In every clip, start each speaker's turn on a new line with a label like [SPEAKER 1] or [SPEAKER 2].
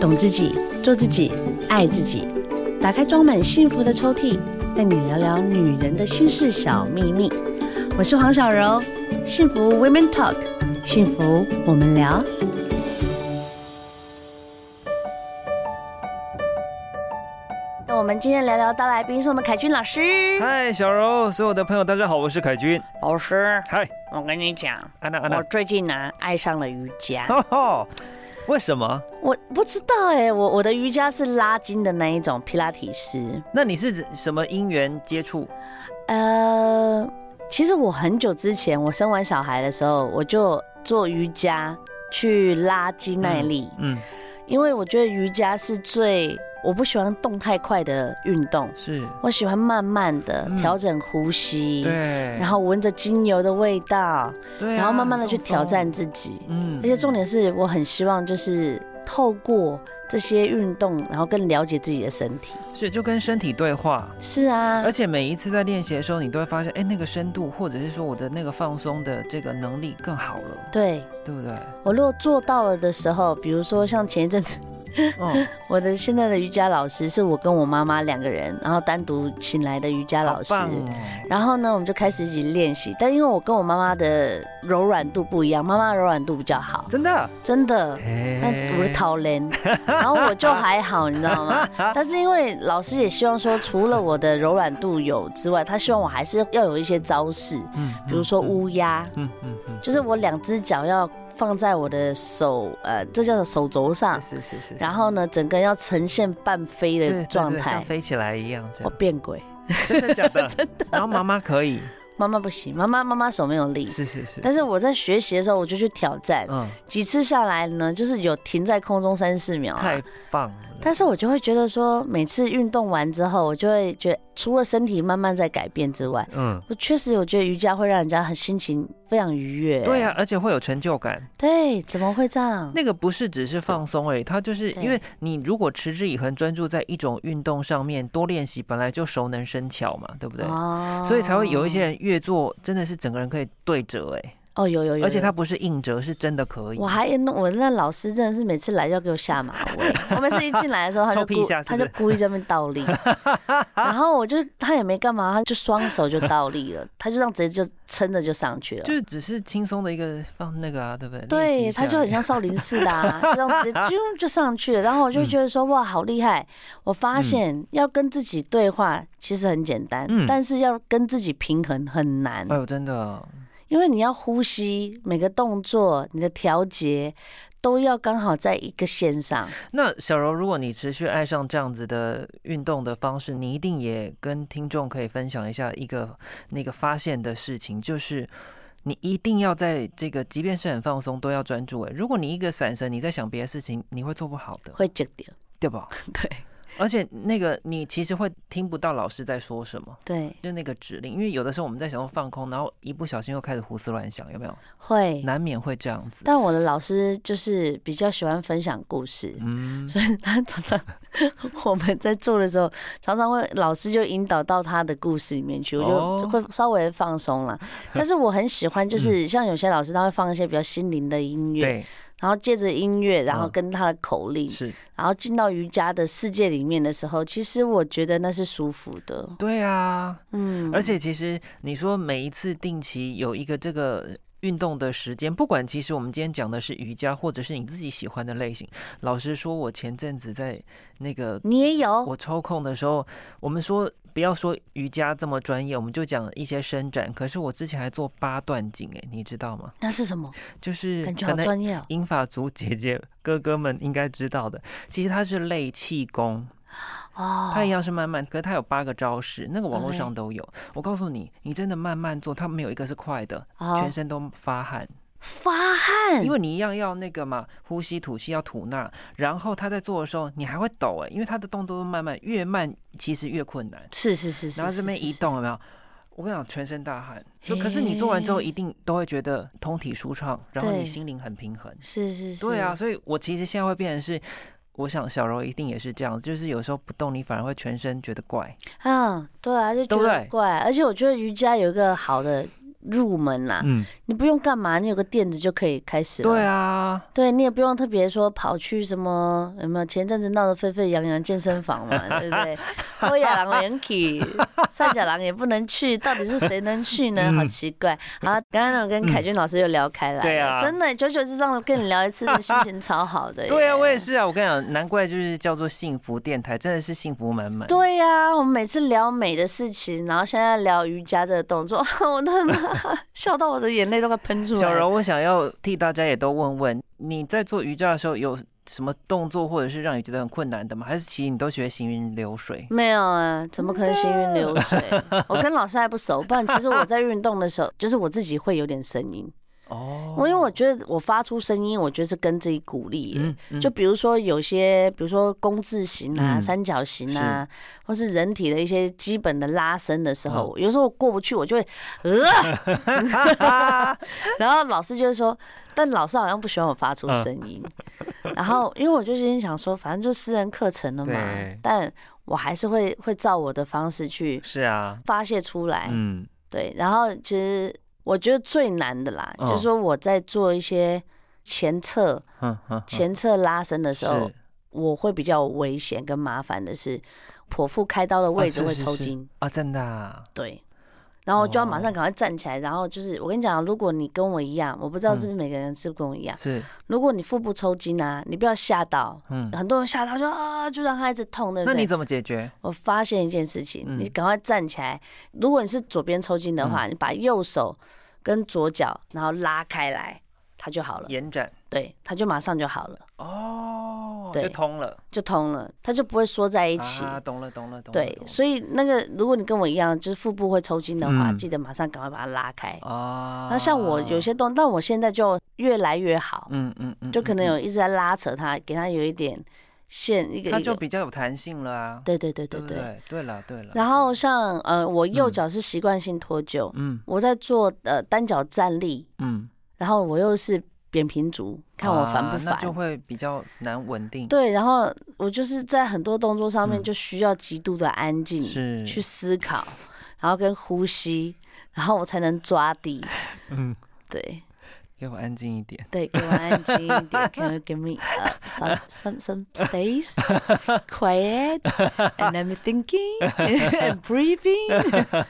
[SPEAKER 1] 懂自己，做自己，爱自己。打开装满幸福的抽屉，带你聊聊女人的心事小秘密。我是黄小柔，幸福 Women Talk，幸福我们聊。那我们今天聊聊大来宾是我们凯君老师。
[SPEAKER 2] 嗨，小柔，所有的朋友，大家好，我是凯军。
[SPEAKER 1] 老师，
[SPEAKER 2] 嗨，
[SPEAKER 1] 我跟你讲，
[SPEAKER 2] 安娜，安
[SPEAKER 1] 我
[SPEAKER 2] 娜，
[SPEAKER 1] 最近呢、爱上了瑜伽。
[SPEAKER 2] 哈哈，哦为什么？
[SPEAKER 1] 我不知道哎、我我的瑜伽是拉筋的那一种皮拉提斯。
[SPEAKER 2] 那你是指什么因缘接触？
[SPEAKER 1] 呃，其实我很久之前，我生完小孩的时候，我就做瑜伽去拉肌耐力，
[SPEAKER 2] 嗯，
[SPEAKER 1] 因为我觉得瑜伽是最我不喜欢动太快的运动，
[SPEAKER 2] 是，
[SPEAKER 1] 我喜欢慢慢的
[SPEAKER 2] 嗯
[SPEAKER 1] 调整呼吸，
[SPEAKER 2] 对，啊
[SPEAKER 1] 然后闻着精油的味道，
[SPEAKER 2] 对啊
[SPEAKER 1] 然后慢慢的去挑战，自己。
[SPEAKER 2] 嗯
[SPEAKER 1] 而且重点是我很希望就是透过这些运动，然后更了解自己的身体。
[SPEAKER 2] 是就跟身体对话。
[SPEAKER 1] 是啊
[SPEAKER 2] 而，且每一次在练习的时候，你都会发现，哎，那个深度，或者是说我的那个放松的这个能力更好了，
[SPEAKER 1] 对
[SPEAKER 2] 对 不对？
[SPEAKER 1] 我如果做到了的时候，比如说像前一阵子，
[SPEAKER 2] 嗯，
[SPEAKER 1] 我的现在的瑜伽老师是我跟我妈妈两个人，然后单独请来的瑜伽老
[SPEAKER 2] 好
[SPEAKER 1] 师。
[SPEAKER 2] 棒哦！
[SPEAKER 1] 然后呢，我们就开始一起练习，但因为我跟我妈妈的柔软度不一样，妈妈的柔软度比较好，
[SPEAKER 2] 真的，
[SPEAKER 1] 真的。但
[SPEAKER 2] 哎
[SPEAKER 1] 我的讨 人，然后我就还好，你知道吗？但是因为老师也希望说，除了我的柔软度有之外，他希望我还是要有一些招式，
[SPEAKER 2] 嗯，
[SPEAKER 1] 比如说乌鸦，
[SPEAKER 2] 嗯，嗯嗯
[SPEAKER 1] 就是我两只脚要放在我的手，呃，这叫手肘上
[SPEAKER 2] 嗯，，是是是是是，
[SPEAKER 1] 然后呢，整个要呈现半飞
[SPEAKER 2] 对
[SPEAKER 1] 的
[SPEAKER 2] 对
[SPEAKER 1] 状
[SPEAKER 2] 对像
[SPEAKER 1] 态。哦
[SPEAKER 2] 飞起来一样，这
[SPEAKER 1] 我
[SPEAKER 2] 样
[SPEAKER 1] 变鬼，
[SPEAKER 2] 真的假的？真的。然后妈妈可 以，
[SPEAKER 1] 妈妈不行，妈妈妈妈手没有力。
[SPEAKER 2] 是是是，
[SPEAKER 1] 但是我在学习的时候，我就去挑战，
[SPEAKER 2] 嗯，
[SPEAKER 1] 几次下来呢，就是有停在空中三四秒、啊
[SPEAKER 2] 太。棒了。
[SPEAKER 1] 但是我就会觉得说，每次运动完之后，我就会觉得，除了身体慢慢在改变之外，
[SPEAKER 2] 嗯，
[SPEAKER 1] 我确实我觉得瑜伽会让人家很心情非常愉悦。
[SPEAKER 2] 对啊呀、而且会有成就感。
[SPEAKER 1] 嗯对，怎么会这样？
[SPEAKER 2] 那个不是只是放松而已，它就是
[SPEAKER 1] 对
[SPEAKER 2] 因为你如果持之以恒专注在一种运动上面，多练习，本来就熟能生巧嘛，对不对？
[SPEAKER 1] 哦
[SPEAKER 2] 所以才会有一些人越做，真的是整个人可以对折哎、
[SPEAKER 1] 哦，有有有有，
[SPEAKER 2] 而且他不是硬折，是真的可以
[SPEAKER 1] 我。还弄我那老师真的是每次来就要给我下马 威，我每次一进来的时候他就
[SPEAKER 2] 臭屁一
[SPEAKER 1] 故
[SPEAKER 2] 下
[SPEAKER 1] 他
[SPEAKER 2] 是不
[SPEAKER 1] 就是故意在那边倒 立，然后我就他也没干嘛，他就双手就倒立了，他就这样直接就撑着就上去了
[SPEAKER 2] 就。是只是轻松的一个放那个啊，对不对？练习
[SPEAKER 1] 对，
[SPEAKER 2] 一下
[SPEAKER 1] 他就很像少林寺的、 啊，就这样直接就就上去了。然后我
[SPEAKER 2] 嗯
[SPEAKER 1] 就觉得说，哇，好厉害！我发现要跟自己对话其实很简单，
[SPEAKER 2] 嗯
[SPEAKER 1] 但是要跟自己平衡很难。
[SPEAKER 2] 哎呦，真的，
[SPEAKER 1] 因为你要呼吸，每个动作、你的调节都要刚好在一个线上。
[SPEAKER 2] 那小柔，如果你持续爱上这样子的运动的方式，你一定也跟听众可以分享一下一个那个发现的事情，就是你一定要在这个，即便是很放松，都要专注。哎，如果你一个闪神，你在想别的事情，你会做不好的，
[SPEAKER 1] 会折掉。
[SPEAKER 2] 对吧？
[SPEAKER 1] 对
[SPEAKER 2] 而且那个你其实会听不到老师在说什么，
[SPEAKER 1] 对，
[SPEAKER 2] 就那个指令，因为有的时候我们在想要放空，然后一不小心又开始胡思乱想，有没有？
[SPEAKER 1] 会。
[SPEAKER 2] 难免会这样子。
[SPEAKER 1] 但我的老师就是比较喜欢分享故事，
[SPEAKER 2] 嗯，
[SPEAKER 1] 所以他常常 我们在做的时候，常常会老师就引导到他的故事里面去，我就
[SPEAKER 2] 哦
[SPEAKER 1] 就会稍微放松 了。但是我很喜欢，就是像有些老师他会放一些比较心灵的音乐，
[SPEAKER 2] 嗯对，
[SPEAKER 1] 然后借着音乐，然后
[SPEAKER 2] 嗯
[SPEAKER 1] 跟他的口令，
[SPEAKER 2] 是。
[SPEAKER 1] 然后进到瑜伽的世界里面的时候，其实我觉得那是舒服的。
[SPEAKER 2] 对啊，
[SPEAKER 1] 嗯，
[SPEAKER 2] 而且其实你说每一次定期有一个这个运动的时间，不管其实我们今天讲的是瑜伽，或者是你自己喜欢的类型。老实说，我前阵子在那个
[SPEAKER 1] 你也有
[SPEAKER 2] 我抽空的时候，我们说不要说瑜伽这么专业，我们就讲一些伸展。可是我之前还做八段锦，哎，你知道吗？
[SPEAKER 1] 那是什么？
[SPEAKER 2] 就是
[SPEAKER 1] 感觉
[SPEAKER 2] 可
[SPEAKER 1] 好
[SPEAKER 2] 能
[SPEAKER 1] 专业哦。
[SPEAKER 2] 英法族姐姐哥哥们应该知道的，其实它是类气功，
[SPEAKER 1] 哦，
[SPEAKER 2] 它一样是慢慢，可是它有八个招式，那个网络
[SPEAKER 1] OK
[SPEAKER 2] 上都有。我告诉你，你真的慢慢做，它没有一个是快的，
[SPEAKER 1] 好
[SPEAKER 2] 全身都发汗，
[SPEAKER 1] 哦发汗，
[SPEAKER 2] 因为你一样要那个嘛，呼吸吐气要吐纳，然后他在做的时候，你还会抖哎、因为他的动作都慢慢，越慢其实越困难。
[SPEAKER 1] 是是是是，
[SPEAKER 2] 然后这边
[SPEAKER 1] 是
[SPEAKER 2] 移，动有没有？我跟你讲，全身大汗。所以可是你做完之后，一定都会觉得通体舒畅，然后
[SPEAKER 1] 对
[SPEAKER 2] 你心灵很平衡。
[SPEAKER 1] 是是是，
[SPEAKER 2] 对啊，，所以我其实现在会变成是，我想小柔一定也是这样，就是有时候不动，你反而会全身觉得怪。
[SPEAKER 1] 嗯，对啊，就觉
[SPEAKER 2] 对不
[SPEAKER 1] 得
[SPEAKER 2] 对
[SPEAKER 1] 怪，而且我觉得瑜伽有一个好的入门啦、
[SPEAKER 2] 嗯，
[SPEAKER 1] 你不用干嘛，你有个垫子就可以开始了。
[SPEAKER 2] 对啊，
[SPEAKER 1] 对你也不用特别说跑去什么，有没有？前阵子闹得沸沸扬扬健身房嘛，对不对？欧亚郎人去，上甲郎也不能去，到底是谁能去呢？好奇怪。好，刚刚我跟凯俊老师又聊开来了，
[SPEAKER 2] 嗯对啊
[SPEAKER 1] 真的，久久就这样跟你聊一次，这心情超好的。
[SPEAKER 2] 对啊，我也。是啊，我跟你讲，难怪就是叫做幸福电台，真的是幸福满满。
[SPEAKER 1] 对呀、我们每次聊美的事情，然后现在聊瑜伽这个动作， 我的妈，笑到我的眼泪都快喷出来了。
[SPEAKER 2] 小柔，我想要替大家也都问问，你在做瑜伽的时候有什么动作，或者是让你觉得很困难的吗？还是其实你都学行云流水？
[SPEAKER 1] 没有啊，怎么可能行云流 水？我跟老师还不熟，不然其实我在运动的时候， 就是我自己会有点声音。
[SPEAKER 2] 哦，
[SPEAKER 1] 我因为我觉得我发出声音，我觉得是跟自己鼓励耶。
[SPEAKER 2] 嗯嗯
[SPEAKER 1] 就比如说有些，比如说弓字形啊、
[SPEAKER 2] 嗯
[SPEAKER 1] 三角形啊，或是人体的一些基本的拉伸的时候，
[SPEAKER 2] 哦
[SPEAKER 1] 有时候我过不去，我就会呃，
[SPEAKER 2] 哦
[SPEAKER 1] 然后老师就会说，但老师好像不喜欢我发出声音。
[SPEAKER 2] 嗯
[SPEAKER 1] 然后因为我就心想说，反正就私人课程了嘛
[SPEAKER 2] 对，
[SPEAKER 1] 但我还是会会照我的方式去
[SPEAKER 2] 是啊，
[SPEAKER 1] 发泄出来。
[SPEAKER 2] 嗯
[SPEAKER 1] 对，然后其实我觉得最难的啦，
[SPEAKER 2] 嗯
[SPEAKER 1] 就是说我在做一些前侧
[SPEAKER 2] 哼哼，
[SPEAKER 1] 前侧拉伸的时候，
[SPEAKER 2] 是
[SPEAKER 1] 我会比较危险跟麻烦的是，剖腹开刀的位置会抽筋，
[SPEAKER 2] 啊，真的、啊，
[SPEAKER 1] 对。然后我就要马
[SPEAKER 2] 哦嗯
[SPEAKER 1] 上赶快站起来，然后就是我跟你讲，如果你跟我一样，我不知道是不是每个人是不是跟我一样，
[SPEAKER 2] 是，
[SPEAKER 1] 如果你腹部抽筋啊，你不要吓到，
[SPEAKER 2] 嗯，
[SPEAKER 1] 很多人吓到说啊，就让他一直痛，对不
[SPEAKER 2] 那
[SPEAKER 1] 对？
[SPEAKER 2] 你怎么解决？
[SPEAKER 1] 我发现一件事情，
[SPEAKER 2] 嗯
[SPEAKER 1] 你赶快站起来。如果你是左边抽筋的话，你把右手跟左脚然后拉开来，它就好了。
[SPEAKER 2] 延展
[SPEAKER 1] 对，它就马上就好了，
[SPEAKER 2] 哦，
[SPEAKER 1] 对
[SPEAKER 2] 就通了，
[SPEAKER 1] 就通了，它就不会缩在一起。
[SPEAKER 2] 啊，懂了，懂了，懂了，
[SPEAKER 1] 对
[SPEAKER 2] 懂，了
[SPEAKER 1] 所以那个如果你跟我一样，就是腹部会抽筋的话，
[SPEAKER 2] 嗯
[SPEAKER 1] 记得马上赶快把它拉开。
[SPEAKER 2] 啊，
[SPEAKER 1] 那像我有些动，但我现在就越来越好，
[SPEAKER 2] 嗯，嗯嗯，
[SPEAKER 1] 就可能
[SPEAKER 2] 嗯，
[SPEAKER 1] 有一直在拉扯它，给它有一点线一个
[SPEAKER 2] 嗯它
[SPEAKER 1] 一
[SPEAKER 2] 就
[SPEAKER 1] 个。
[SPEAKER 2] 比较有弹性了啊，
[SPEAKER 1] 对对对对
[SPEAKER 2] 不
[SPEAKER 1] 对。
[SPEAKER 2] 对，对了对了，
[SPEAKER 1] 然后像呃，我右
[SPEAKER 2] 嗯
[SPEAKER 1] 脚是习惯性脱臼，
[SPEAKER 2] 嗯
[SPEAKER 1] 我在做呃单脚站立，
[SPEAKER 2] 嗯，
[SPEAKER 1] 然后我又是扁平足，看我烦不
[SPEAKER 2] 啊
[SPEAKER 1] 烦？
[SPEAKER 2] 那就会比较难稳定，
[SPEAKER 1] 对，然后我就是在很多动作上面
[SPEAKER 2] 嗯
[SPEAKER 1] 就需要极度的安静，
[SPEAKER 2] 是
[SPEAKER 1] 去思考，然后跟呼吸，然后我才能抓地。
[SPEAKER 2] 嗯，
[SPEAKER 1] 对
[SPEAKER 2] 给我安静一点。
[SPEAKER 1] 对，给我安静一点，Can you give me、uh, some some some space, quiet, and I'm thinking and breathing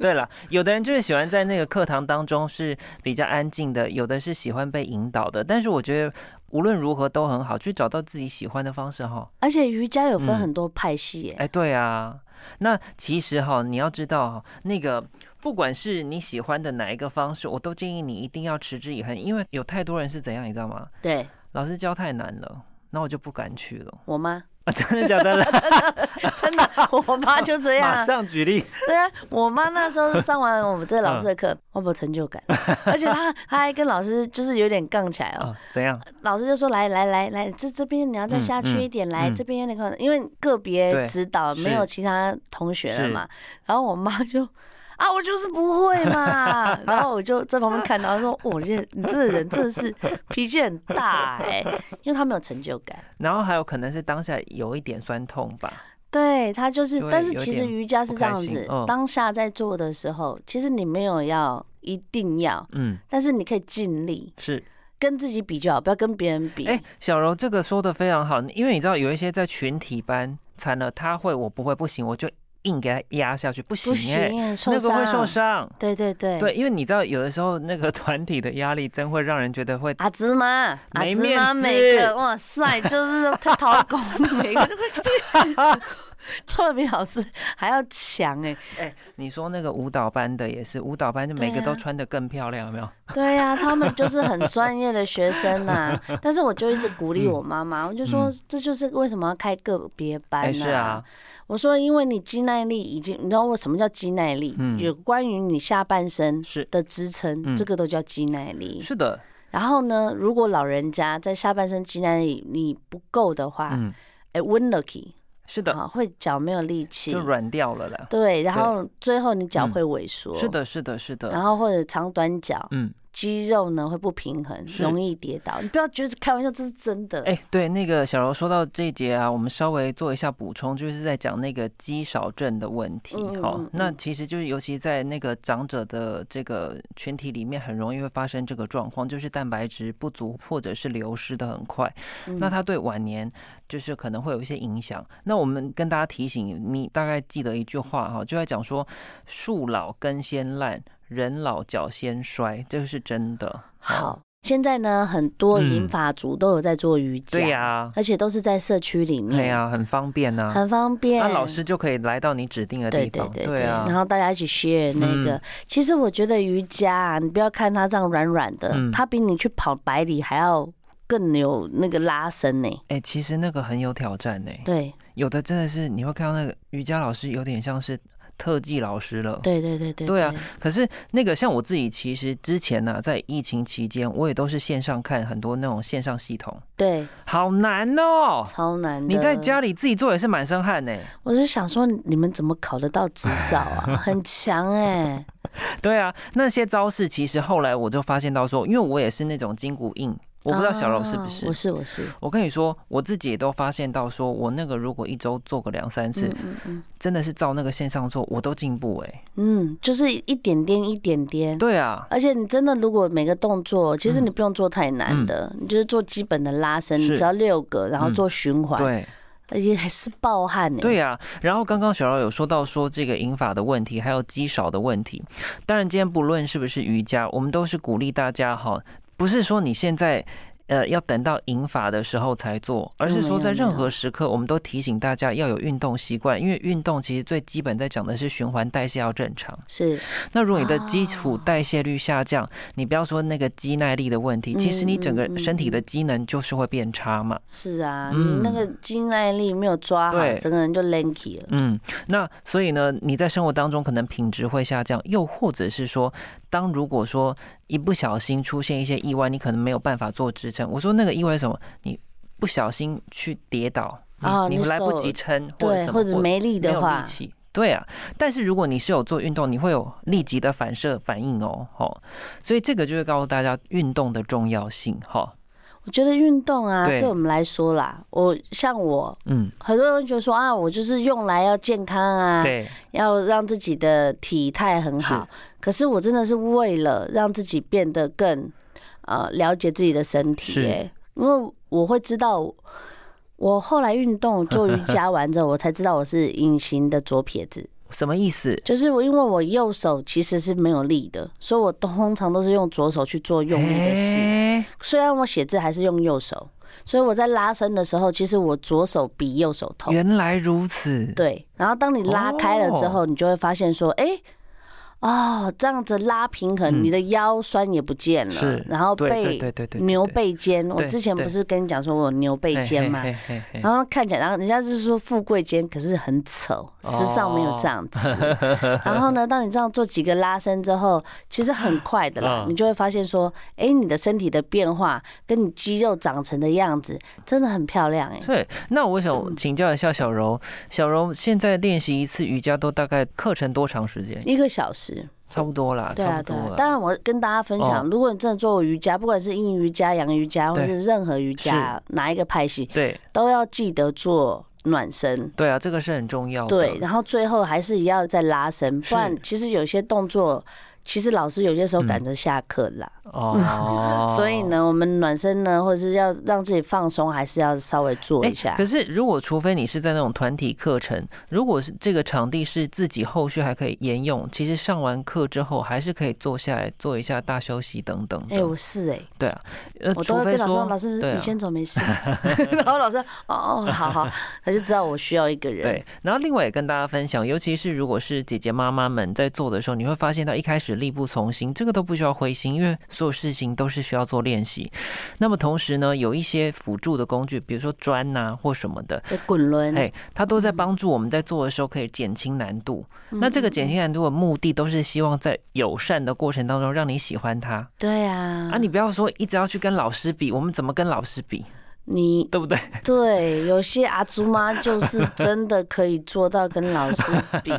[SPEAKER 2] 对了，有的人就是喜欢在那个课堂当中是比较安静的，有的是喜欢被引导的。但是我觉得无论如何都很好，去找到自己喜欢的方式哈。
[SPEAKER 1] 而且瑜伽有分
[SPEAKER 2] 嗯
[SPEAKER 1] 很多派系耶，
[SPEAKER 2] 哎，对啊，那其实哈，你要知道哈，那个不管是你喜欢的哪一个方式，我都建议你一定要持之以恒，因为有太多人是怎样，你知道吗？
[SPEAKER 1] 对
[SPEAKER 2] 老师教太难了，那我就不敢去了。
[SPEAKER 1] 我妈
[SPEAKER 2] 啊、真的假的啦？
[SPEAKER 1] 真的，我妈就这样
[SPEAKER 2] 马
[SPEAKER 1] 啊。
[SPEAKER 2] 上举例。
[SPEAKER 1] 对啊，我妈那时候上完我们这个老师的
[SPEAKER 2] 嗯
[SPEAKER 1] 课，我有成就 感，而且她她还跟老师就是有点杠起来哦。
[SPEAKER 2] 啊，怎样？
[SPEAKER 1] 老师就说：“来来来来，这这边你要再下去一点，
[SPEAKER 2] 嗯嗯
[SPEAKER 1] 来
[SPEAKER 2] 嗯
[SPEAKER 1] 这边有点困难，因为个别
[SPEAKER 2] 对
[SPEAKER 1] 指导
[SPEAKER 2] 是
[SPEAKER 1] 没有其他同学了嘛。”然后我妈就。啊，我就是不会 嘛，然后我就在旁边看到，她说：“我这你这个人真的是脾气很大哎、因为他没有成就感。
[SPEAKER 2] 然后还有可能是当下有一点酸痛吧。
[SPEAKER 1] 对他就是
[SPEAKER 2] 对，
[SPEAKER 1] 但是
[SPEAKER 2] 有
[SPEAKER 1] 其实
[SPEAKER 2] 点
[SPEAKER 1] 瑜伽是
[SPEAKER 2] 不
[SPEAKER 1] 这
[SPEAKER 2] 开
[SPEAKER 1] 样
[SPEAKER 2] 心
[SPEAKER 1] 子，
[SPEAKER 2] 嗯
[SPEAKER 1] 当下在做的时候，其实你没有要一定要，
[SPEAKER 2] 嗯，
[SPEAKER 1] 但是你可以尽力
[SPEAKER 2] 是。
[SPEAKER 1] 跟自己比就好，不要跟别人比。
[SPEAKER 2] 哎、小柔这个说的非常好，因为你知道有一些在群体班惨了，他会我不会不行，我就硬给他压下去，不行
[SPEAKER 1] 不
[SPEAKER 2] 哎、
[SPEAKER 1] 行，
[SPEAKER 2] 那
[SPEAKER 1] 受
[SPEAKER 2] 个会受
[SPEAKER 1] 伤。
[SPEAKER 2] 伤。
[SPEAKER 1] 对对对，
[SPEAKER 2] 对，因为你知道有的时候那个团体的压力真会让人觉得会。
[SPEAKER 1] 阿芝麻，阿
[SPEAKER 2] 没
[SPEAKER 1] 芝
[SPEAKER 2] 面
[SPEAKER 1] 麻
[SPEAKER 2] 子
[SPEAKER 1] 每个哇塞，就是他掏工 每个都会 臭了比老师还要强哎、
[SPEAKER 2] 你说那个舞蹈班的也是，舞蹈班就每
[SPEAKER 1] 对
[SPEAKER 2] 个都
[SPEAKER 1] 啊
[SPEAKER 2] 穿得更漂亮，有没有？
[SPEAKER 1] 对呀、他们就是很专业的学生呐、 但是我就一直鼓励我妈妈，我就说
[SPEAKER 2] 嗯
[SPEAKER 1] 这就是为什么要开个别班、
[SPEAKER 2] 哎、是啊，，
[SPEAKER 1] 我说因为你肌耐力已经，你知道我什么叫肌耐力？
[SPEAKER 2] 嗯
[SPEAKER 1] 有关于你下半身
[SPEAKER 2] 是
[SPEAKER 1] 的支撑，
[SPEAKER 2] 嗯
[SPEAKER 1] 这个都叫肌耐力。
[SPEAKER 2] 是的，
[SPEAKER 1] 然后呢，如果老人家在下半身肌耐力你不够的话，
[SPEAKER 2] 嗯，
[SPEAKER 1] 哎、温了气
[SPEAKER 2] 是的，
[SPEAKER 1] 啊，会脚没有力气
[SPEAKER 2] 就，软掉了啦。
[SPEAKER 1] 对，然后最后你脚会萎缩，
[SPEAKER 2] 是，的，是的，是
[SPEAKER 1] 然
[SPEAKER 2] 的，
[SPEAKER 1] 后或者长短脚，
[SPEAKER 2] 嗯，
[SPEAKER 1] 肌肉呢会不平衡，
[SPEAKER 2] 是
[SPEAKER 1] 容易跌倒。你不要觉得是开玩笑，这是真的。
[SPEAKER 2] 哎、对，那个小柔说到这一节啊，我们稍微做一下补充，就是在讲那个肌少症的问题。
[SPEAKER 1] 嗯嗯
[SPEAKER 2] 好、
[SPEAKER 1] 嗯
[SPEAKER 2] 那
[SPEAKER 1] 嗯
[SPEAKER 2] 其实就是尤其在那个长者的这个群体里面，很容易会发生这个状况，就是蛋白质不足或者是流失的很快。
[SPEAKER 1] 嗯
[SPEAKER 2] 那它对晚年就是可能会有一些影响。那我们跟大家提醒，你大概记得一句话哈，就在讲说树老根先烂，人老脚先衰，这个是真的。
[SPEAKER 1] 好，现在呢，很多银
[SPEAKER 2] 嗯
[SPEAKER 1] 发族都有在做瑜伽，
[SPEAKER 2] 对呀、
[SPEAKER 1] 而且都是在社区里面，
[SPEAKER 2] 对呀、很方便呐、
[SPEAKER 1] 啊很方便。
[SPEAKER 2] 那老师就可以来到你指定的
[SPEAKER 1] 对
[SPEAKER 2] 地
[SPEAKER 1] 对
[SPEAKER 2] 方，嗯
[SPEAKER 1] 对然
[SPEAKER 2] 啊，
[SPEAKER 1] 后大家一起 share 那个。其实我觉得瑜伽、啊，你不要看它这样软软的，
[SPEAKER 2] 嗯
[SPEAKER 1] 它比你去跑百里还要更有那个拉伸呢、
[SPEAKER 2] 哎、其实那个很有挑战呢、
[SPEAKER 1] 对
[SPEAKER 2] 有的真的是你会看到那个瑜伽老师有点像是特技老师了。
[SPEAKER 1] 对对对对
[SPEAKER 2] 对啊，可是那个像我自己，其实之前呢、在疫情期间，我也都是线上看很多那种线上系统，
[SPEAKER 1] 对，
[SPEAKER 2] 好难哦。
[SPEAKER 1] 超难的。
[SPEAKER 2] 你在家里自己做也是满身汗 呢。
[SPEAKER 1] 我就想说，你们怎么考得到执照啊？很强哎、
[SPEAKER 2] 对啊，那些招式其实后来我就发现到说，因为我也是那种筋骨硬，我不知道小柔是不
[SPEAKER 1] 啊
[SPEAKER 2] 是。
[SPEAKER 1] 我是我是，
[SPEAKER 2] 我跟你说，我自己也都发现到说，我那个如果一周做个两三次，
[SPEAKER 1] 嗯嗯嗯
[SPEAKER 2] 真的是照那个线上做，我都进步哎、
[SPEAKER 1] 嗯，就是一点点一点点。
[SPEAKER 2] 对啊，
[SPEAKER 1] 而且你真的如果每个动作，其实你不用做太难的，你就是做基本的拉伸，你
[SPEAKER 2] 嗯是嗯
[SPEAKER 1] 只要六个，然后做循环，
[SPEAKER 2] 对
[SPEAKER 1] 而且还是暴汗呢。
[SPEAKER 2] 对啊。然后刚刚小饶有说到说这个引法的问题，还有肌少的问题。当然，今天不论是不是瑜伽，我们都是鼓励大家哈，不是说你现在。呃，要等到引法的时候才做，而是说在任何时刻，我们都提醒大家要有运动习惯，因为运动其实最基本在讲的是循环代谢要正常。
[SPEAKER 1] 是
[SPEAKER 2] 那如果你的基础
[SPEAKER 1] 啊
[SPEAKER 2] 代谢率下降，你不要说那个肌耐力的问
[SPEAKER 1] 嗯
[SPEAKER 2] 题，其实你整个身体的机能就是会变差嘛。
[SPEAKER 1] 是啊，
[SPEAKER 2] 嗯
[SPEAKER 1] 你那个肌耐力没有抓好，
[SPEAKER 2] 对
[SPEAKER 1] 整个人就 lanky 了。
[SPEAKER 2] 嗯，那所以呢，你在生活当中可能品质会下降，又或者是说，当如果说一不小心出现一些意外，你可能没有办法做支撑。我说那个意外是什么？你不小心去跌倒，你、
[SPEAKER 1] 哦
[SPEAKER 2] 你
[SPEAKER 1] 你
[SPEAKER 2] 来不
[SPEAKER 1] 手
[SPEAKER 2] 及撑，或者
[SPEAKER 1] 对，
[SPEAKER 2] 什么，
[SPEAKER 1] 或者没力
[SPEAKER 2] 没
[SPEAKER 1] 的
[SPEAKER 2] 有
[SPEAKER 1] 话
[SPEAKER 2] 力，气。对啊，但是如果你是有做运动，你会有立即的反射反应哦，哦，所以这个就是告诉大家运动的重要性，哈、
[SPEAKER 1] 我觉得运动啊，
[SPEAKER 2] 对
[SPEAKER 1] 对我们来说啦，我像我
[SPEAKER 2] 嗯，
[SPEAKER 1] 很多人就说啊，我就是用来要健康啊，
[SPEAKER 2] 对，
[SPEAKER 1] 要让自己的体态很好
[SPEAKER 2] 是。
[SPEAKER 1] 可是我真的是为了让自己变得更呃了解自己的身体、
[SPEAKER 2] 是
[SPEAKER 1] 欸，因为我会知道，我后来运动做瑜伽完之后，我才知道我是隐形的左撇子，
[SPEAKER 2] 什么意思？
[SPEAKER 1] 就是我因为我右手其实是没有力的，所以我通常都是用左手去做用力的事。
[SPEAKER 2] 哎
[SPEAKER 1] 虽然我写字还是用右手，所以我在拉伸的时候，其实我左手比右手痛。
[SPEAKER 2] 原来如此，
[SPEAKER 1] 对，然后当你拉开了
[SPEAKER 2] 哦
[SPEAKER 1] 之后，你就会发现说，哎、哦，这样子拉平衡，
[SPEAKER 2] 嗯
[SPEAKER 1] 你的腰酸也不见了
[SPEAKER 2] 是，
[SPEAKER 1] 然后
[SPEAKER 2] 对对
[SPEAKER 1] 背
[SPEAKER 2] 对对对，
[SPEAKER 1] 牛
[SPEAKER 2] 对
[SPEAKER 1] 背肩，我
[SPEAKER 2] 对
[SPEAKER 1] 之前
[SPEAKER 2] 对
[SPEAKER 1] 不是跟你讲说我有牛背肩嘛，啊
[SPEAKER 2] 嘿嘿嘿嘿
[SPEAKER 1] 然后看起来，然后人家是说富贵肩，可是很丑，时尚没有这样子。
[SPEAKER 2] 哦
[SPEAKER 1] 然后呢，当你这样做几个拉伸之后，其实很快的啦，
[SPEAKER 2] 嗯
[SPEAKER 1] 你就会发现说，哎，你的身体的变化跟你肌肉长成的样子真的很漂亮哎、诶
[SPEAKER 2] 对，那我想请教一下小柔，小柔现在练习一次瑜伽都大概课程多长时间？
[SPEAKER 1] 一个小时。
[SPEAKER 2] 差不多啦，
[SPEAKER 1] 对
[SPEAKER 2] 差
[SPEAKER 1] 啊，
[SPEAKER 2] 不多
[SPEAKER 1] 对啊。
[SPEAKER 2] 了。
[SPEAKER 1] 当然，我跟大家分享，
[SPEAKER 2] 哦
[SPEAKER 1] 如果你真的做瑜伽，不管是阴瑜伽、阳瑜伽，或
[SPEAKER 2] 对
[SPEAKER 1] 是任何瑜伽，哪一个派系，
[SPEAKER 2] 对
[SPEAKER 1] 都要记得做暖身。
[SPEAKER 2] 对啊，这个是很重要的。
[SPEAKER 1] 对，然后最后还是一样再拉伸，
[SPEAKER 2] 是
[SPEAKER 1] 不然其实有些动作，其实老师有些时候赶着下课啦，
[SPEAKER 2] 哦
[SPEAKER 1] 所以。呢，我们暖身呢，或者是要让自己放松，还是要稍微做一下。
[SPEAKER 2] 哎可是，如果除非你是在那种团体课程，如果是这个场地是自己后续还可以沿用，其实上完课之后还是可以坐下来做一下大休息等等
[SPEAKER 1] 哎、
[SPEAKER 2] 的。
[SPEAKER 1] 我是哎、
[SPEAKER 2] 对啊，呃，
[SPEAKER 1] 我都
[SPEAKER 2] 除
[SPEAKER 1] 会
[SPEAKER 2] 非
[SPEAKER 1] 跟老师说，
[SPEAKER 2] 说
[SPEAKER 1] 老师、
[SPEAKER 2] 对啊
[SPEAKER 1] 你先走， 没事。然后老师，哦哦，好好，他就知道我需要一个人。
[SPEAKER 2] 对，然后另外也跟大家分享，尤其是如果是姐姐妈妈们在做的时候，你会发现到一开始力不从心，这个都不需要灰心，因为所有事情都是需要做练习。那么同时呢，有一些辅助的工具，比如说砖呐、或什么的，
[SPEAKER 1] 对，滚轮。
[SPEAKER 2] 哎，它都在帮助我们在做的时候可以减轻难度。
[SPEAKER 1] 嗯
[SPEAKER 2] 那这个减轻难度的目的，都是希望在友善的过程当中让你喜欢它
[SPEAKER 1] 对啊，
[SPEAKER 2] 啊，你不要说一直要去跟老师比，我们怎么跟老师比？
[SPEAKER 1] 你
[SPEAKER 2] 对不对？
[SPEAKER 1] 对有些阿祖妈就是真的可以做到跟老师 比，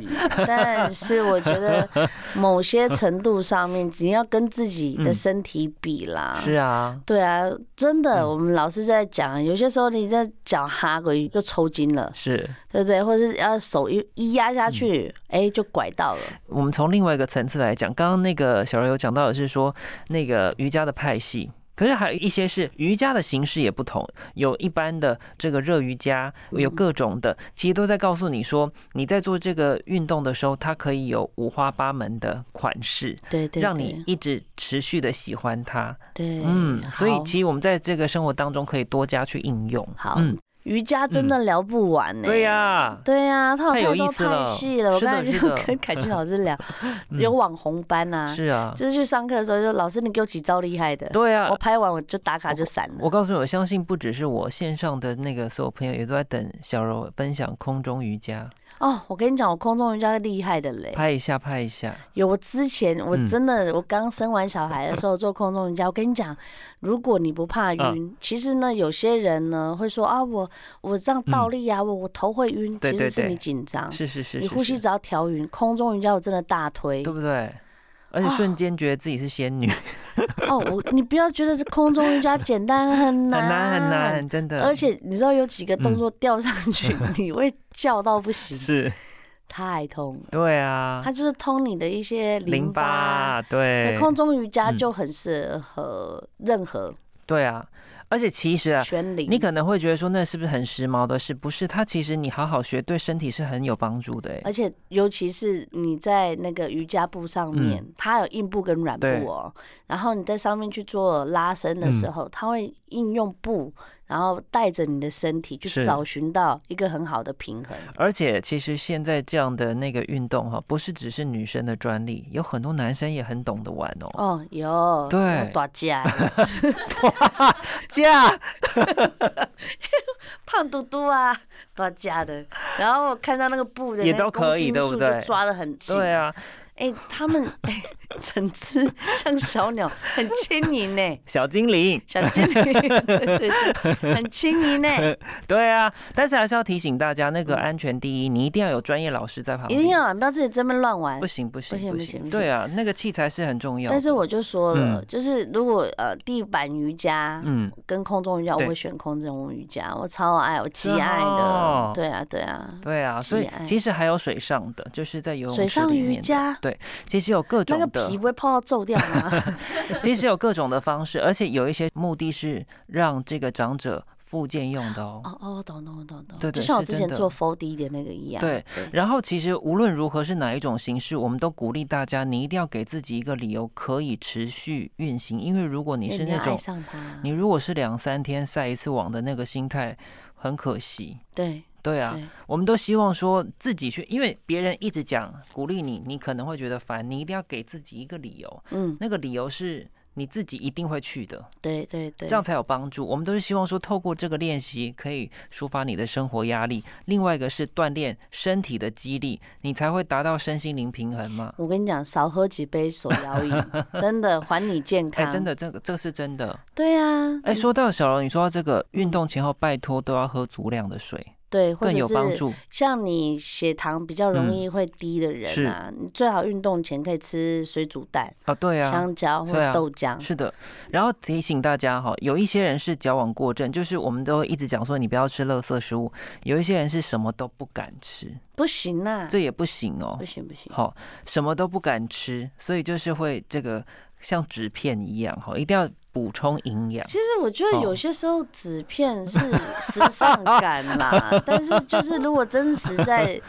[SPEAKER 1] 但是我觉得某些程度上面，你要跟自己的身体比啦。
[SPEAKER 2] 嗯是啊，嗯
[SPEAKER 1] 对啊，真的，我们老师在讲，有些时候你在脚哈鬼就抽筋了，
[SPEAKER 2] 是。
[SPEAKER 1] 对不对？或者是要手一一压
[SPEAKER 2] 嗯
[SPEAKER 1] 下去，哎，就拐到了。
[SPEAKER 2] 我们从另外一个层次来讲，刚刚那个小柔有讲到的是说那个瑜伽的派系。可是还有一些是瑜伽的形式也不同，有一般的这个热瑜伽，有
[SPEAKER 1] 嗯
[SPEAKER 2] 各种的，其实都在告诉你说，你在做这个运动的时候，它可以有五花八门的款式，
[SPEAKER 1] 对对，
[SPEAKER 2] 让你一直持续的喜欢它。
[SPEAKER 1] 对，
[SPEAKER 2] 嗯，所以
[SPEAKER 1] 好
[SPEAKER 2] 其实我们在这个生活当中可以多加去应用。
[SPEAKER 1] 好
[SPEAKER 2] 嗯，
[SPEAKER 1] 瑜伽真的聊不完呢。
[SPEAKER 2] 对呀，
[SPEAKER 1] 对呀，它
[SPEAKER 2] 太
[SPEAKER 1] 有太多
[SPEAKER 2] 有意思了
[SPEAKER 1] 派系了。我
[SPEAKER 2] 是的
[SPEAKER 1] 刚才就是
[SPEAKER 2] 的嗯
[SPEAKER 1] 跟 凯君老师聊，有网红班啊，
[SPEAKER 2] 是啊，
[SPEAKER 1] 就是去上课的时候就老师你给我几招厉害的，
[SPEAKER 2] 对啊
[SPEAKER 1] 我，拍完我就打卡就闪了
[SPEAKER 2] 我。告诉你，我相信不只是我线上的那个所有朋友，也都在等小柔分享空中瑜伽，
[SPEAKER 1] 哦，我跟你讲，我空中瑜伽厉害的嘞。
[SPEAKER 2] 拍一下，拍一下，
[SPEAKER 1] 有，我之前我
[SPEAKER 2] 嗯
[SPEAKER 1] 真的，我刚生完小孩的时候做空中瑜伽，我跟你讲，如果你不怕
[SPEAKER 2] 嗯
[SPEAKER 1] 晕，其实呢，有些人呢会说啊，我我这样倒立啊，我我头会晕，
[SPEAKER 2] 嗯对
[SPEAKER 1] 其实
[SPEAKER 2] 对
[SPEAKER 1] 是
[SPEAKER 2] 对
[SPEAKER 1] 你紧张，
[SPEAKER 2] 是是是，
[SPEAKER 1] 嗯你
[SPEAKER 2] 是
[SPEAKER 1] 呼吸啊
[SPEAKER 2] 是
[SPEAKER 1] 只要调匀，空中瑜伽我真的大推
[SPEAKER 2] 对不对？而且瞬间觉得自己是仙女，
[SPEAKER 1] 哦，我你不要觉得这空中瑜伽简单很
[SPEAKER 2] 很
[SPEAKER 1] 难
[SPEAKER 2] 难很难，，嗯真的。
[SPEAKER 1] 而且你知道有几个动作吊上 去，你会叫到不行，
[SPEAKER 2] 是，
[SPEAKER 1] 太痛了，
[SPEAKER 2] 对啊
[SPEAKER 1] 它，就是通你的一些淋巴。对
[SPEAKER 2] 对，
[SPEAKER 1] 空中瑜伽
[SPEAKER 2] 嗯
[SPEAKER 1] 就很适合任何
[SPEAKER 2] 对啊，而且其实啊。
[SPEAKER 1] 全龄。
[SPEAKER 2] 你可能会觉得说那是不是很时髦的事？不是，它其实你好好学，对身体是很有帮助的、欸。
[SPEAKER 1] 而且尤其是你在那个瑜伽布上面，它有硬布跟软布
[SPEAKER 2] 嗯对嗯
[SPEAKER 1] 哦。然后你在上面去做拉伸的时候，它会应用布，然后带着你的身体去
[SPEAKER 2] 是
[SPEAKER 1] 找寻到一个很好的平衡。
[SPEAKER 2] 而且其实现在这样的那个运动哈，不是只是女生的专利，有很多男生也很懂得玩哦。
[SPEAKER 1] 哦，有
[SPEAKER 2] 对
[SPEAKER 1] 有大啊家
[SPEAKER 2] 架，
[SPEAKER 1] 胖嘟嘟啊， 大家的。然后我看到那个布的
[SPEAKER 2] 也
[SPEAKER 1] 那个
[SPEAKER 2] 都可
[SPEAKER 1] 公
[SPEAKER 2] 以
[SPEAKER 1] 斤
[SPEAKER 2] 对不
[SPEAKER 1] 数
[SPEAKER 2] 对
[SPEAKER 1] 就抓的很紧。
[SPEAKER 2] 对啊，
[SPEAKER 1] 哎、他们哎、 整只像小鸟，很轻盈 呢，
[SPEAKER 2] 小精灵，
[SPEAKER 1] 小精灵，对对对，很轻盈 呢，
[SPEAKER 2] 对啊。但是还是要提醒大家，那个安全第一，你一定要有专业老师在旁
[SPEAKER 1] 一
[SPEAKER 2] 边，
[SPEAKER 1] 定要啊，不要自己这么乱玩
[SPEAKER 2] 不。行不行
[SPEAKER 1] 不行不
[SPEAKER 2] 不
[SPEAKER 1] 行不
[SPEAKER 2] 行，
[SPEAKER 1] 行
[SPEAKER 2] 对啊，那个器材是很重要的。
[SPEAKER 1] 但是我就说了，
[SPEAKER 2] 嗯
[SPEAKER 1] 就是如果呃地板瑜伽
[SPEAKER 2] 嗯，
[SPEAKER 1] 跟空中瑜伽，我
[SPEAKER 2] 对
[SPEAKER 1] 会选空中瑜伽，我超爱，我极
[SPEAKER 2] 真的
[SPEAKER 1] 爱的
[SPEAKER 2] 哦，
[SPEAKER 1] 对啊对啊，
[SPEAKER 2] 对啊，所以
[SPEAKER 1] 喜爱
[SPEAKER 2] 其实还有水上的，就是在游
[SPEAKER 1] 水
[SPEAKER 2] 泳池
[SPEAKER 1] 上
[SPEAKER 2] 里
[SPEAKER 1] 瑜
[SPEAKER 2] 面的。
[SPEAKER 1] 伽。
[SPEAKER 2] 其实有各
[SPEAKER 1] 那
[SPEAKER 2] 种
[SPEAKER 1] 个
[SPEAKER 2] 的
[SPEAKER 1] 皮，不会泡到皱掉吗？
[SPEAKER 2] 其实有各种的方式，而且有一些目的是让这个长者复健用的哦。
[SPEAKER 1] 哦哦，懂懂懂懂，
[SPEAKER 2] 对
[SPEAKER 1] 就
[SPEAKER 2] 对
[SPEAKER 1] 像我
[SPEAKER 2] 是
[SPEAKER 1] 之前
[SPEAKER 2] 真的
[SPEAKER 1] 做 4D 的那个一样。
[SPEAKER 2] 对，然后其实无论如何是哪一种形式，我们都鼓励大家，你一定要给自己一个理由可以持续运行，因为如果你
[SPEAKER 1] 因为
[SPEAKER 2] 是
[SPEAKER 1] 你要
[SPEAKER 2] 那
[SPEAKER 1] 爱
[SPEAKER 2] 种
[SPEAKER 1] 上它，
[SPEAKER 2] 你如果是两三天晒一次网的那个心态，很可惜。
[SPEAKER 1] 对
[SPEAKER 2] 对啊，
[SPEAKER 1] 对
[SPEAKER 2] 我们都希望说自己去，因为别人一直讲鼓励你，你可能会觉得烦，你一定要给自己一个理由，
[SPEAKER 1] 嗯，
[SPEAKER 2] 那个理由是你自己一定会去的，
[SPEAKER 1] 对对对，
[SPEAKER 2] 这样才有帮助。我们都是希望说，透过这个练习可以抒发你的生活压力，另外一个是锻炼身体的肌力，你才会达到身心灵平衡嘛。
[SPEAKER 1] 我跟你讲，少喝几杯手摇饮， 真的还你健
[SPEAKER 2] 哎、
[SPEAKER 1] 康。
[SPEAKER 2] 真，的，这个这是真的。
[SPEAKER 1] 对啊，
[SPEAKER 2] 哎、说到小龙，你说到这个运动前后，拜托都要喝足量的水，
[SPEAKER 1] 对，或
[SPEAKER 2] 更
[SPEAKER 1] 者
[SPEAKER 2] 有帮
[SPEAKER 1] 是
[SPEAKER 2] 助。嗯
[SPEAKER 1] 像你血糖比较容易会低的人啊，你最好运动前可以吃水煮蛋、
[SPEAKER 2] 啊，对啊，
[SPEAKER 1] 香蕉或
[SPEAKER 2] 对啊
[SPEAKER 1] 豆浆。
[SPEAKER 2] 是的。然后提醒大家哈，有一些人是矫枉过正，就是我们都一直讲说你不要吃垃圾食物，有一些人是什么都不敢吃，
[SPEAKER 1] 不行啊，
[SPEAKER 2] 这也不行哦
[SPEAKER 1] 不。行不行，
[SPEAKER 2] 好，什么都不敢吃，所以就是会这个像纸片一样哈，一定要补充营养。
[SPEAKER 1] 其实我觉得
[SPEAKER 2] 哦
[SPEAKER 1] 有些时候纸片是时尚感啦， 但是就是如果真实在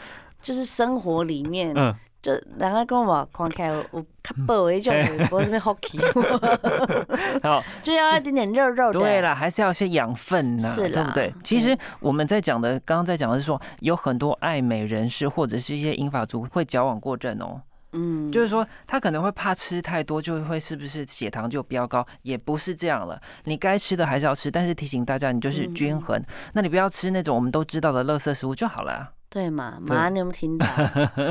[SPEAKER 1] 就是生活里面，
[SPEAKER 2] 嗯
[SPEAKER 1] 就人家跟我看起来有有较薄的迄种，无什么 hockey，
[SPEAKER 2] 好，
[SPEAKER 1] 就要一点点肉肉的。
[SPEAKER 2] 对啦，还是要些养分呐、
[SPEAKER 1] 是啦
[SPEAKER 2] 对不对
[SPEAKER 1] 对？
[SPEAKER 2] 其实我们在讲的，刚刚在讲的是说，有很多爱美人士或者是一些英法族会矫枉过正哦，
[SPEAKER 1] 嗯，
[SPEAKER 2] 就是说他可能会怕吃太多，就会是不是血糖就飙高？也不是这样了，你该吃的还
[SPEAKER 1] 嗯
[SPEAKER 2] 是要吃，但是提醒大家，你就是均衡，那你不要吃那种我们都知道的垃圾食物就好了啊。
[SPEAKER 1] 对嘛？
[SPEAKER 2] 对
[SPEAKER 1] 妈，你有没有听 到？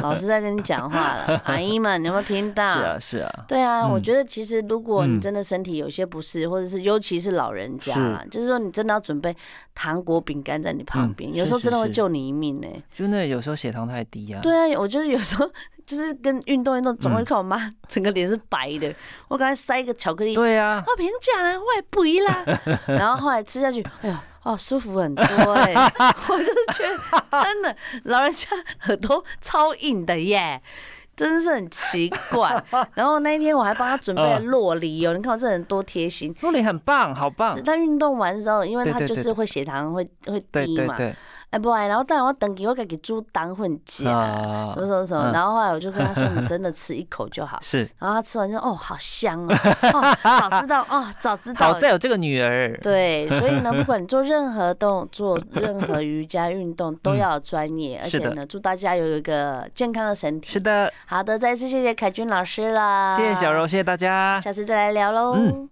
[SPEAKER 1] 老师在跟你讲话了，阿姨们，你有没有听
[SPEAKER 2] 是
[SPEAKER 1] 到？
[SPEAKER 2] 啊，是啊，
[SPEAKER 1] 对啊，我
[SPEAKER 2] 嗯
[SPEAKER 1] 觉得其实如果你
[SPEAKER 2] 嗯
[SPEAKER 1] 真的身体有些不适，或者是尤其是老人家啦，就是说你真的要准备糖果、饼干在你旁边，
[SPEAKER 2] 嗯
[SPEAKER 1] 有时候
[SPEAKER 2] 是
[SPEAKER 1] 真的
[SPEAKER 2] 是
[SPEAKER 1] 会
[SPEAKER 2] 是
[SPEAKER 1] 救你一命呢、
[SPEAKER 2] 就那有时候血糖太低啊。
[SPEAKER 1] 对啊，我觉得有时候就是跟运动运动，总会
[SPEAKER 2] 嗯
[SPEAKER 1] 看我妈 整个脸是白的，我赶快塞一个巧克力，
[SPEAKER 2] 对啊，
[SPEAKER 1] 我平价啦，我也不宜 啦。然后后来吃下去，哎呦，哦，舒服很多哎、 我就是觉得真的老人家耳朵超硬的耶。真是很奇怪， 然后那一天我还帮他准备
[SPEAKER 2] 嗯
[SPEAKER 1] 了洛梨哦，你看我这人多贴心。
[SPEAKER 2] 洛林很棒，好棒
[SPEAKER 1] 是。他运动完之后，因为
[SPEAKER 2] 对
[SPEAKER 1] 他
[SPEAKER 2] 对
[SPEAKER 1] 就
[SPEAKER 2] 对
[SPEAKER 1] 是会血糖会会
[SPEAKER 2] 对
[SPEAKER 1] 低
[SPEAKER 2] 对
[SPEAKER 1] 嘛，
[SPEAKER 2] 对，
[SPEAKER 1] 哎不然，然后但我等给我给煮当混假，
[SPEAKER 2] 啊
[SPEAKER 1] 什么什么什么，
[SPEAKER 2] 嗯。
[SPEAKER 1] 然后后来我就跟他说，你真的吃一口就好
[SPEAKER 2] 是，
[SPEAKER 1] 然后他吃完就哦，好香 哦，哦早知道哦，早知道
[SPEAKER 2] 好在有这个女儿。
[SPEAKER 1] 对，所以呢，不管你做任何动作、任何瑜伽运动，都要专业。而
[SPEAKER 2] 嗯是
[SPEAKER 1] 且
[SPEAKER 2] 的
[SPEAKER 1] 呢，祝大家有一个健康的身体。
[SPEAKER 2] 是。的，
[SPEAKER 1] 好的，再次谢谢凯君老师啦，呃
[SPEAKER 2] 谢谢小柔，，谢谢大家。
[SPEAKER 1] 下次再来聊喽。
[SPEAKER 2] 嗯